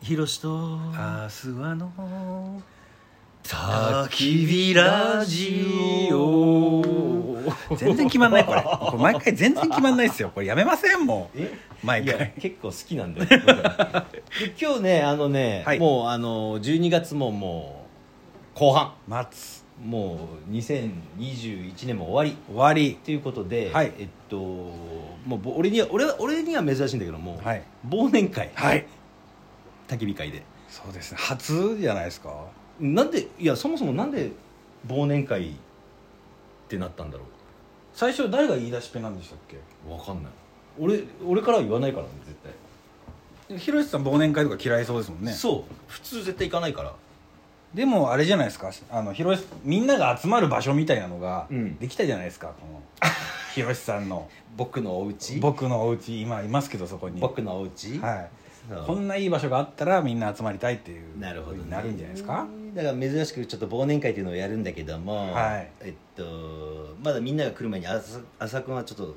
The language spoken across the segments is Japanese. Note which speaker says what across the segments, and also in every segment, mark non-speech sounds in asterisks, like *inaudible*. Speaker 1: ひろしと
Speaker 2: 明日はの
Speaker 1: 焚
Speaker 2: き火ラジオ *laughs* 全然決まんないこれこれ毎回全然決まんないですよこれやめませんも
Speaker 1: え
Speaker 2: う毎
Speaker 1: いや
Speaker 2: 回
Speaker 1: 結構好きなんだ
Speaker 2: *laughs*
Speaker 1: よ僕はで今日ねあのね、
Speaker 2: はい
Speaker 1: もうあの12月ももう後半
Speaker 2: 待つ
Speaker 1: もう2021年も終わり
Speaker 2: 終わり
Speaker 1: ということで、
Speaker 2: はい
Speaker 1: えっともうぼ俺には俺は俺には珍しいんだけども、
Speaker 2: はい
Speaker 1: 忘年会、
Speaker 2: はい
Speaker 1: 焚き火会で
Speaker 2: そうですね初じゃないですか
Speaker 1: なんでいやそもそもなんで忘年会ってなったんだろ
Speaker 2: 最初誰が言い出しっぺなんでしたっ
Speaker 1: うわかんない俺俺からは言わないからね絶対
Speaker 2: けひろしさん忘年会とか嫌いそうですもんね
Speaker 1: そう普通絶対行かないから
Speaker 2: でもあれじゃないですかあのひろしみんなが集まる場所みたいなのが
Speaker 1: うん
Speaker 2: できたじゃないですか、 *laughs* このひろしさんの
Speaker 1: 僕のお家
Speaker 2: 僕のお家今いますけどそこに
Speaker 1: 僕のお家
Speaker 2: はい
Speaker 1: そう
Speaker 2: こんないい場所があったらみんな集まりたいっていう
Speaker 1: なるほど、
Speaker 2: ふう
Speaker 1: ね、
Speaker 2: になるんじゃないですか
Speaker 1: だから珍しくちょっと忘年会っていうのをやるんだけども、
Speaker 2: はい
Speaker 1: えっとまだみんなが来る前に浅浅くんはちょっ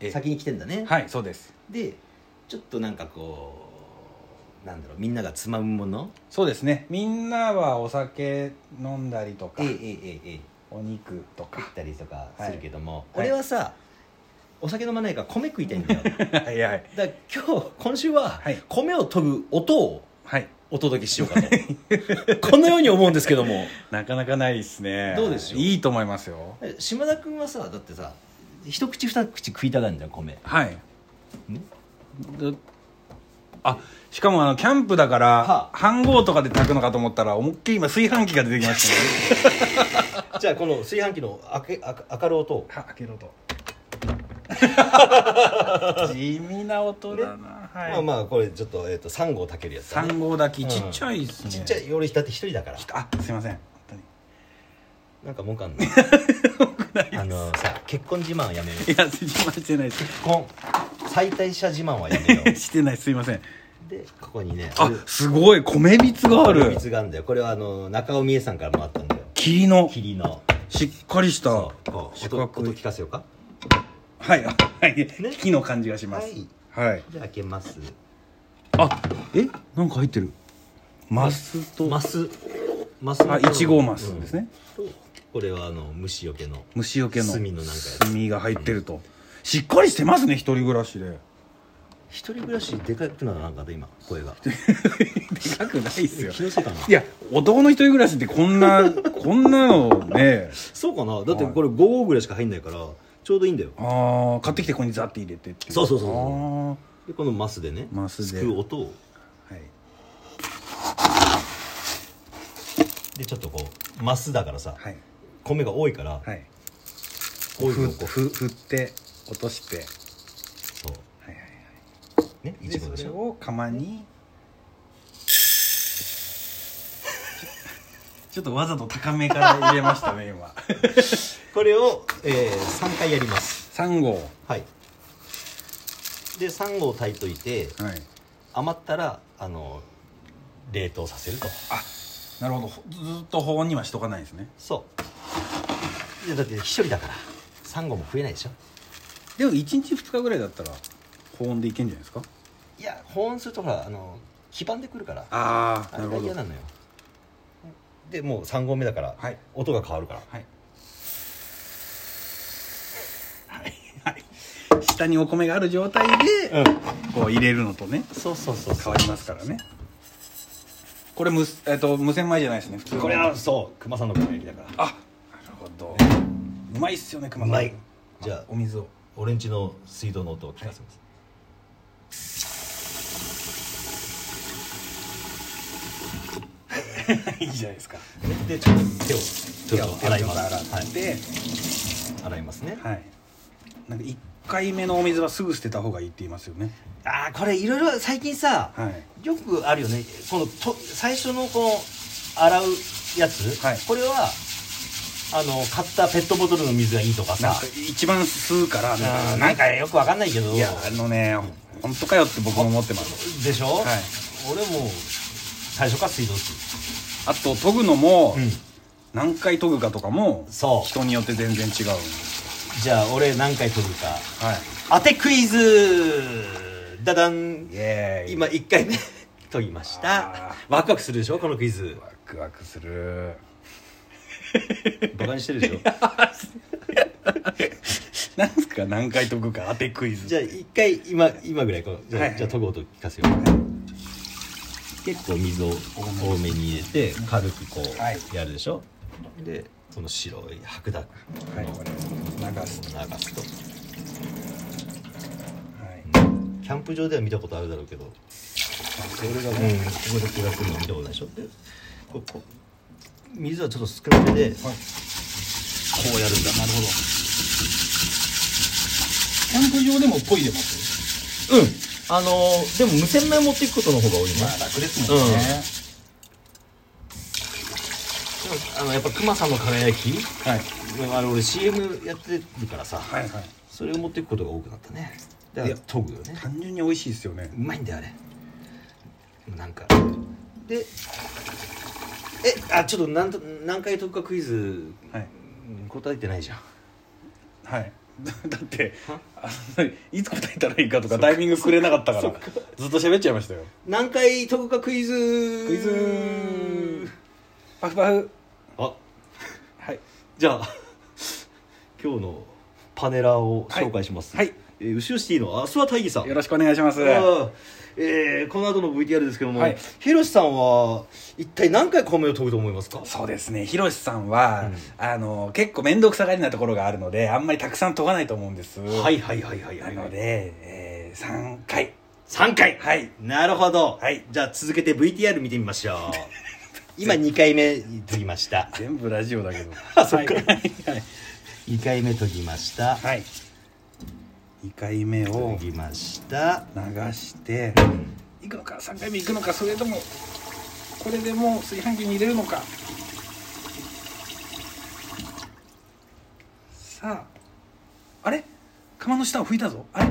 Speaker 2: え
Speaker 1: と先に来てんだね、
Speaker 2: はいそうです
Speaker 1: でちょっとなんかこうなんだろうみんながつまむもの
Speaker 2: そうですねみんなはお酒飲んだりとか
Speaker 1: ええええええ
Speaker 2: お肉と
Speaker 1: 食っ
Speaker 2: か *laughs*
Speaker 1: たりとか
Speaker 2: はい
Speaker 1: するけども、
Speaker 2: はい
Speaker 1: 俺はさお酒飲まないから米食いたいんだよだか
Speaker 2: はいはい
Speaker 1: ら今日今週は
Speaker 2: はい
Speaker 1: 米を研ぐ音を
Speaker 2: はい
Speaker 1: お届けしようか *laughs* とこのように思うんですけども
Speaker 2: なかなかないですね
Speaker 1: どうでしょう
Speaker 2: いいと思いますよ
Speaker 1: 島田君はさだってさ一口二口食いたがるじゃん米
Speaker 2: はいどあしかもあのキャンプだから、
Speaker 1: はあ
Speaker 2: 飯盒とかで炊くのかと思ったら思いっきり今炊飯器が出てき
Speaker 1: *laughs*
Speaker 2: ましたね
Speaker 1: じゃあこの炊飯器の開け開か明る音を
Speaker 2: は開けろと *laughs* 地味な音だな、はい、
Speaker 1: まあまあこれちょっと,、えっと3合炊けるやつだね、
Speaker 2: 三合炊き
Speaker 1: うん
Speaker 2: ちっちゃいですね、
Speaker 1: ちっちゃい俺だって一人だから
Speaker 2: あすいません本当に
Speaker 1: なんか文句あ *laughs* んのあのさ結婚自慢はやめよう
Speaker 2: いや自慢してないです
Speaker 1: 結婚最大者自慢はやめよう
Speaker 2: *laughs* してないすいません
Speaker 1: *laughs* でここにね
Speaker 2: あすごい米びつがある
Speaker 1: 蜜があるんだよこれはあの中尾美恵さんからもらったんだよ
Speaker 2: 霧の
Speaker 1: 霧の
Speaker 2: しっかりした
Speaker 1: こう
Speaker 2: 四
Speaker 1: 音
Speaker 2: 角
Speaker 1: 音
Speaker 2: い
Speaker 1: 聞かせようか
Speaker 2: はいはい木の感じがします
Speaker 1: はい
Speaker 2: はい
Speaker 1: じゃあ開けます
Speaker 2: あえなんか入ってるマスと
Speaker 1: マスマスの
Speaker 2: あいちごマスですね
Speaker 1: とこれはあの虫よけの
Speaker 2: 虫除けの
Speaker 1: 炭のなんかやつ
Speaker 2: 炭が入ってるとしっかりしてますね一人暮らしで
Speaker 1: 一人暮らしでかくならなんかで今声が
Speaker 2: でかくないっすよ
Speaker 1: 気のせいかない
Speaker 2: や男の一人暮らしってこんな *laughs* こんなのね
Speaker 1: そうかなだってこれ5合ぐらいしか入んないからちょうどいいんだよ
Speaker 2: ああ買ってきてここにザッて入れてってい
Speaker 1: そうそうそうそう
Speaker 2: あ
Speaker 1: でこのマスでね
Speaker 2: マスです
Speaker 1: くう音を
Speaker 2: あはい
Speaker 1: でちょっとこうマスだからさ
Speaker 2: はい
Speaker 1: 米が多いから
Speaker 2: はい
Speaker 1: 多い
Speaker 2: ふ
Speaker 1: のをこう
Speaker 2: ふ振って落として
Speaker 1: そう
Speaker 2: はいはいはい
Speaker 1: ねい
Speaker 2: で
Speaker 1: ちご
Speaker 2: そ
Speaker 1: でし
Speaker 2: れ
Speaker 1: ょ
Speaker 2: を釜に *laughs* ちょっとわざと高めから入れましたね *laughs* 今
Speaker 1: これを、えー、3回やります
Speaker 2: 3合
Speaker 1: はいで3合炊いといて
Speaker 2: はい
Speaker 1: 余ったらあの冷凍させると
Speaker 2: なるほどほずずっと保温にはしとかないですね
Speaker 1: そういやだって一人だから3合も食えないでしょ
Speaker 2: でも1日2日ぐらいだったら保温でいけんじゃないですか
Speaker 1: いや保温するとほらあの黄ばんでくるから
Speaker 2: ああ
Speaker 1: あ
Speaker 2: な
Speaker 1: れ
Speaker 2: る
Speaker 1: が
Speaker 2: ほど
Speaker 1: 嫌なのよでもう3合目だから、
Speaker 2: はい
Speaker 1: 音が変わるから
Speaker 2: はいはいはい下にお米がある状態で
Speaker 1: うん
Speaker 2: こう入れるのとね
Speaker 1: そうそうそう
Speaker 2: 変
Speaker 1: そう
Speaker 2: わりますからねこれむす、えっと無洗米じゃないですね普通の
Speaker 1: これはそう熊さんの米入りだから
Speaker 2: あなるほどうまいっすよね熊
Speaker 1: う
Speaker 2: さん
Speaker 1: まいじゃあ
Speaker 2: お水を
Speaker 1: 俺んちの水道の音を聞かせます、
Speaker 2: いいじゃないですか
Speaker 1: でちょっと手をちょっと洗います
Speaker 2: 手を洗って
Speaker 1: はい、洗いますね
Speaker 2: はい、なんか1回目のお水はすぐ捨てた方がいいって言いますよね
Speaker 1: ああこれいろいろ最近さ、
Speaker 2: はい
Speaker 1: よくあるよねこのと最初のこの洗うやつ、
Speaker 2: はい
Speaker 1: これはあの買ったペットボトルの水がいいとか
Speaker 2: なん
Speaker 1: さ
Speaker 2: か一番吸うから
Speaker 1: うん
Speaker 2: な
Speaker 1: なんん
Speaker 2: か
Speaker 1: かよくわかんないけど
Speaker 2: いやあのね本当かよって僕も思ってます
Speaker 1: でしょ、
Speaker 2: い
Speaker 1: 俺も最初から水道水
Speaker 2: あと研ぐのも、
Speaker 1: うん
Speaker 2: 何回研ぐかとかも
Speaker 1: そう
Speaker 2: 人によって全然違うんで
Speaker 1: じゃあ俺何回取るか
Speaker 2: はい
Speaker 1: 当てクイズダダン
Speaker 2: イエー
Speaker 1: *laughs*
Speaker 2: イ
Speaker 1: 今1回目と言いまし
Speaker 2: あ
Speaker 1: たワクワクするでしょこのクイズ
Speaker 2: ワクワクする
Speaker 1: バカにしてるでしょ
Speaker 2: なんすか何回解くか当てクイズ
Speaker 1: じゃあ一回今今ぐらいこのじゃあ、
Speaker 2: はいはい
Speaker 1: じゃあ解く音聞かせよう結構水を多めに入れて軽くこ
Speaker 2: はいう
Speaker 1: やるでしょ、でその白い白濁
Speaker 2: はい流す
Speaker 1: 流すと
Speaker 2: はい
Speaker 1: キャンプ場では見たことあるだろうけどこれがもうここで暮らすのは見たことないでしょでここ水はちょっと少なめで、こうやるんだなるほど
Speaker 2: キャンプ場でもポイでます
Speaker 1: うんあのーでも無洗米持っていくことの方が多いね、
Speaker 2: あ楽です
Speaker 1: もんねでもあのやっぱ熊さんの輝き
Speaker 2: はい
Speaker 1: あれ俺 CM やってるからさ、
Speaker 2: はいはい
Speaker 1: それを持っていくことが多くなったねだから
Speaker 2: いや
Speaker 1: 研ぐよね
Speaker 2: 単純に美味しいですよね
Speaker 1: うまいんだよあれなんかでえあちょっとなんと何回解くかクイズ
Speaker 2: はい
Speaker 1: 答えてないじゃん
Speaker 2: はい *laughs* だってあのいつ答えたらいいかとかタイミングくれなかったからずっと喋っちゃいましたよ
Speaker 1: 何回解くかクイズ
Speaker 2: クイズパフパフ
Speaker 1: あ
Speaker 2: はい
Speaker 1: じゃあ *laughs* 今日のパネラーを紹介します
Speaker 2: はいはい
Speaker 1: えー牛尾シティのアスワ大義さん
Speaker 2: よろしくお願いします
Speaker 1: あーえーこの後の VTR ですけども、
Speaker 2: はい
Speaker 1: ヒロシさんは一体何回米を研ぐと思いますか
Speaker 2: そうですねひろしさんは、
Speaker 1: う
Speaker 2: あの結構面倒くさがりなところがあるのであんまりたくさん研がないと思うんです
Speaker 1: はいはいはいはいは
Speaker 2: ないので、えー、3回
Speaker 1: 3回
Speaker 2: はい
Speaker 1: なるほど、
Speaker 2: はい
Speaker 1: じゃあ続けて VTR 見てみましょう *laughs* 今2回目研ぎました
Speaker 2: 全部ラジオだけ *laughs* どそっかはい、はい
Speaker 1: 2回目研ぎました
Speaker 2: はい、2回目を
Speaker 1: 研ぎました
Speaker 2: 流していくのか3回目いくのかそれともこれでもう炊飯器に入れるのかさああれ釜の下を拭いたぞあれ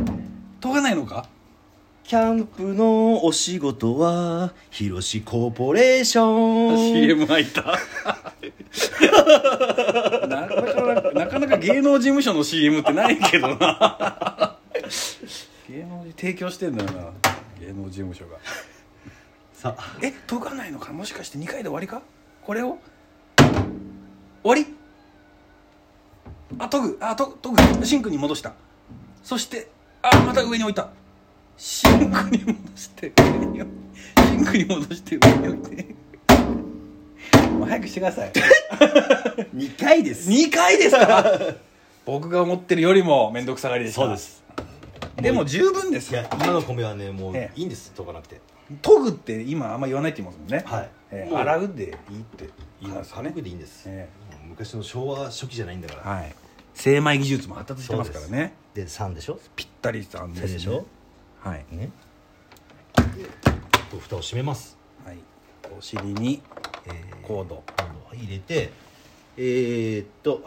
Speaker 2: 研がないのか
Speaker 1: キャンプのお仕事はヒロシコーポレーション
Speaker 2: CM 入ったなかなかなかなか芸能事務所の CM ってないけどな芸能事提供してんだよな芸能事務所が
Speaker 1: さあ
Speaker 2: え遠かないのかもしかして2回で終わりかこれを終わりあ研ぐあと研ぐシンクに戻したそしてあまた上に置いたシンクに戻して上に置いシンクに戻して上に置いてもう早くしてく
Speaker 1: *laughs*
Speaker 2: ださい
Speaker 1: 2回です
Speaker 2: 2回ですか僕が思ってるよりも面倒くさがりでした
Speaker 1: そうです
Speaker 2: でも十分です
Speaker 1: いや
Speaker 2: よ
Speaker 1: 今の米はねもう
Speaker 2: ええ
Speaker 1: いいんです研がなくて
Speaker 2: 研ぐって今あんま言わないって言いますもんね、
Speaker 1: はい
Speaker 2: ええ
Speaker 1: もう
Speaker 2: 洗うでいいって言いますか
Speaker 1: 軽
Speaker 2: ね
Speaker 1: くでいいんです、
Speaker 2: え
Speaker 1: もう昔の昭和初期じゃないんだから、
Speaker 2: はい精米技術も発達してますからね
Speaker 1: で3でしょ
Speaker 2: ぴったりさんです、ね、
Speaker 1: でしょ
Speaker 2: はい、
Speaker 1: ねで蓋を閉めます、
Speaker 2: はい、お尻に
Speaker 1: えー
Speaker 2: コード
Speaker 1: 今度は入れてえー、っと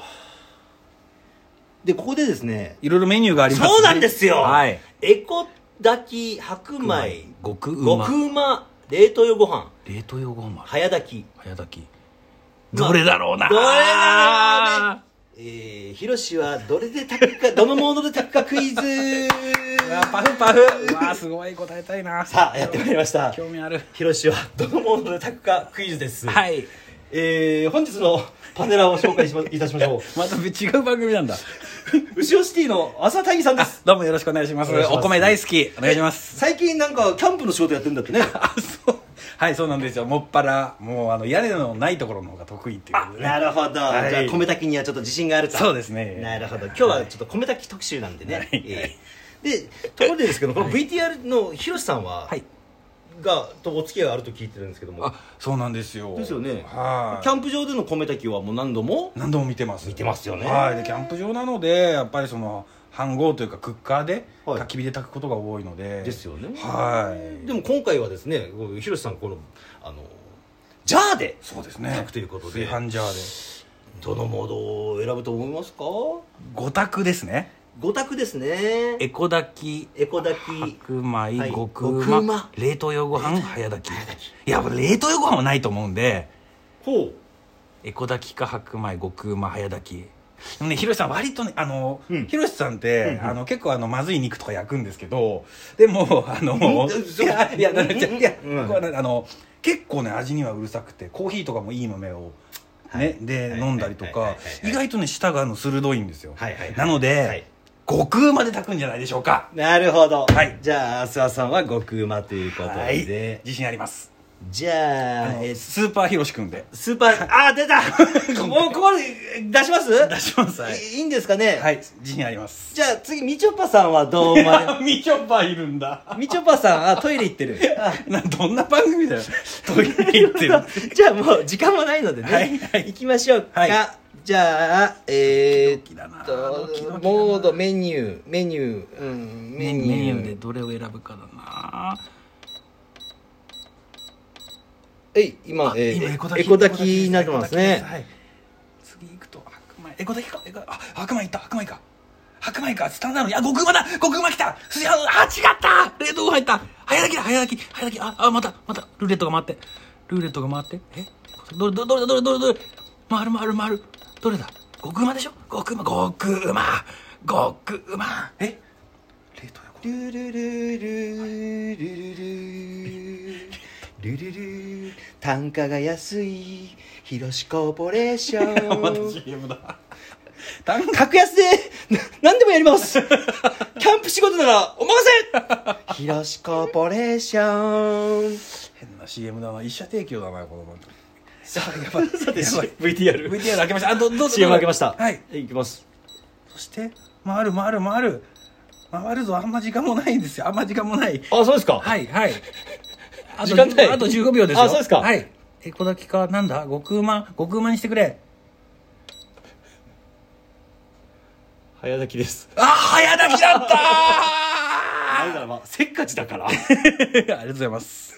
Speaker 1: でここでですね
Speaker 2: いろいろメニューがありますね
Speaker 1: そうなんですよ、
Speaker 2: はい
Speaker 1: エコ炊き白米
Speaker 2: 極うま
Speaker 1: 極うま冷凍用ご飯
Speaker 2: 冷凍用ご飯もある
Speaker 1: 早炊き
Speaker 2: 早炊き
Speaker 1: まあ
Speaker 2: どれだろうな
Speaker 1: どれだろうねえー、ヒロシはどれで炊
Speaker 2: *laughs*
Speaker 1: くかどのもので炊くかクイズ
Speaker 2: うわパフパフうわすごい答えたいな
Speaker 1: さあやってまいりました
Speaker 2: 興味ある
Speaker 1: ヒロシはどのもので炊くかクイズです、
Speaker 2: はい
Speaker 1: えー、本日のパネラーを紹介しまいたしまし
Speaker 2: *laughs*
Speaker 1: ょ
Speaker 2: また違う番組なんだ
Speaker 1: う牛尾シティの浅田大義さんです
Speaker 2: どうもよろしくお願いします
Speaker 1: お願いします
Speaker 2: お米大好きお願いします
Speaker 1: 最近なんかキャンプの仕事やってるんだってね
Speaker 2: *laughs* あそうはいそうなんですよもっぱらもうあの屋根のないところの方が得意っていうことでね
Speaker 1: なるほど、
Speaker 2: はい
Speaker 1: じゃあ米炊きにはちょっと自信があると
Speaker 2: そうですね
Speaker 1: なるほど今日はちょっと米炊き特集なんでね、
Speaker 2: はい
Speaker 1: えーでところでですけどこの VTR のヒロシさんは、
Speaker 2: はい
Speaker 1: がとお付き合いがあると聞いてるんですけども
Speaker 2: あそうなんですよ
Speaker 1: ですよね
Speaker 2: はい
Speaker 1: キャンプ場での米炊きはもう何度も
Speaker 2: 何度も見てます
Speaker 1: 見てますよね
Speaker 2: はいでキャンプ場なのでやっぱりその飯盒というかクッカーで
Speaker 1: はい
Speaker 2: 焚き火で炊くことが多いので
Speaker 1: ですよね
Speaker 2: はい
Speaker 1: でも今回はですねこうヒロシさんこのあのジャーで
Speaker 2: そうですね
Speaker 1: 炊くということで
Speaker 2: 炊飯ジャー
Speaker 1: どのモードを選ぶと思いますか
Speaker 2: で五択ですね
Speaker 1: 五択ですね
Speaker 2: エコ炊き
Speaker 1: エコ炊き
Speaker 2: 白米、
Speaker 1: はい
Speaker 2: 極う
Speaker 1: 極う
Speaker 2: ま
Speaker 1: ま
Speaker 2: 冷凍用ご飯早炊きいやこれ冷凍用ご飯はないと思うんで
Speaker 1: ほう
Speaker 2: エコ炊きか白米極うま早炊きでもね、ひろしさん割とね、あの
Speaker 3: うん、
Speaker 2: ひろしさんって、
Speaker 3: うんうん
Speaker 2: あの、結構あの、まずい肉とか焼くんですけど、でも、あの、いや、いや、だからいやいや、
Speaker 3: うん
Speaker 2: これあの、結構ね、味にはうるさくて、コーヒーとかもいい豆を、
Speaker 1: は
Speaker 2: ね
Speaker 1: い、
Speaker 2: で、
Speaker 1: はい
Speaker 2: 飲んだりと
Speaker 1: はいは
Speaker 2: か
Speaker 1: いはい、はい
Speaker 2: 意外とね、舌があの、鋭いんですよ。
Speaker 1: はいはいはい
Speaker 2: なので、
Speaker 1: はい
Speaker 2: 悟空まで炊くんじゃないでしょうか。
Speaker 1: なるほど、
Speaker 2: はい
Speaker 1: じゃあ諏訪さんは極馬ということで、
Speaker 2: はい。自信あります。
Speaker 1: じゃ
Speaker 2: あ
Speaker 1: あ
Speaker 2: の
Speaker 1: えー
Speaker 2: スーパーひろしくんで。
Speaker 1: スーパーあー出たもう *laughs* ここで出します
Speaker 2: 出しますはい
Speaker 1: いいいんですかね、
Speaker 2: はい、自信あります。
Speaker 1: じゃあ次みちょぱさんはどう思われ
Speaker 2: *laughs*
Speaker 1: *laughs* ま
Speaker 2: みちょぱいるんだ。
Speaker 1: すみちょぱさんあトイレ行って
Speaker 2: *laughs*
Speaker 1: るあ
Speaker 2: などんな番
Speaker 1: *laughs*
Speaker 2: 組だよトイレ行ってる
Speaker 1: じゃあもう時間もないのでね、
Speaker 2: はいはい
Speaker 1: 行きましょうか、
Speaker 2: はい
Speaker 1: じゃあえー、
Speaker 2: ドキドキだな
Speaker 1: っ
Speaker 2: ドキドキだ
Speaker 1: と
Speaker 2: な
Speaker 1: モードメニューメニュー、うん、メニュー
Speaker 2: どれを選ぶかだな
Speaker 1: えい今,、えーエコ炊きになってますね
Speaker 2: はい次行くと白米エコだきかエコあ白米いった白米か白米かスタンダードにあ極馬だ極馬来たすああ違った冷凍庫入った早炊きだ早炊き早炊きああまたまたルーレットが回ってルーレットが回ってえどれどれどれどれどれどれ回る回る回るどれだ極馬でしょ極馬極馬極馬え冷凍庫
Speaker 1: ルルルルルルルルルル単価が安い広しコーポレーシ
Speaker 2: *laughs* また
Speaker 1: ョン
Speaker 2: CM だ単価
Speaker 1: 格安でな何でもやりますキャンプ仕事ならお任せ広しコーポレーション
Speaker 2: *laughs* 変な CM だな一社提供だなこの番 *laughs* 組
Speaker 1: さあ
Speaker 2: やばい
Speaker 1: さて
Speaker 2: *laughs* やばい
Speaker 1: VTR
Speaker 2: VTR 開けましたあどどど
Speaker 1: CM 開けました
Speaker 2: はい
Speaker 1: いきます
Speaker 2: そして回る回る回る回るぞあんま時間もないんですよあんま時間もない
Speaker 1: あそうですか
Speaker 2: はいはいあと
Speaker 1: 時間ない
Speaker 2: あと15秒ですよ
Speaker 1: あそうですか
Speaker 2: はいえこだけかなんだ極馬極馬にしてくれ
Speaker 1: 早炊きです
Speaker 2: あー早泣きだったー *laughs*
Speaker 1: なぜならばせっかちだから
Speaker 2: ありがとうございます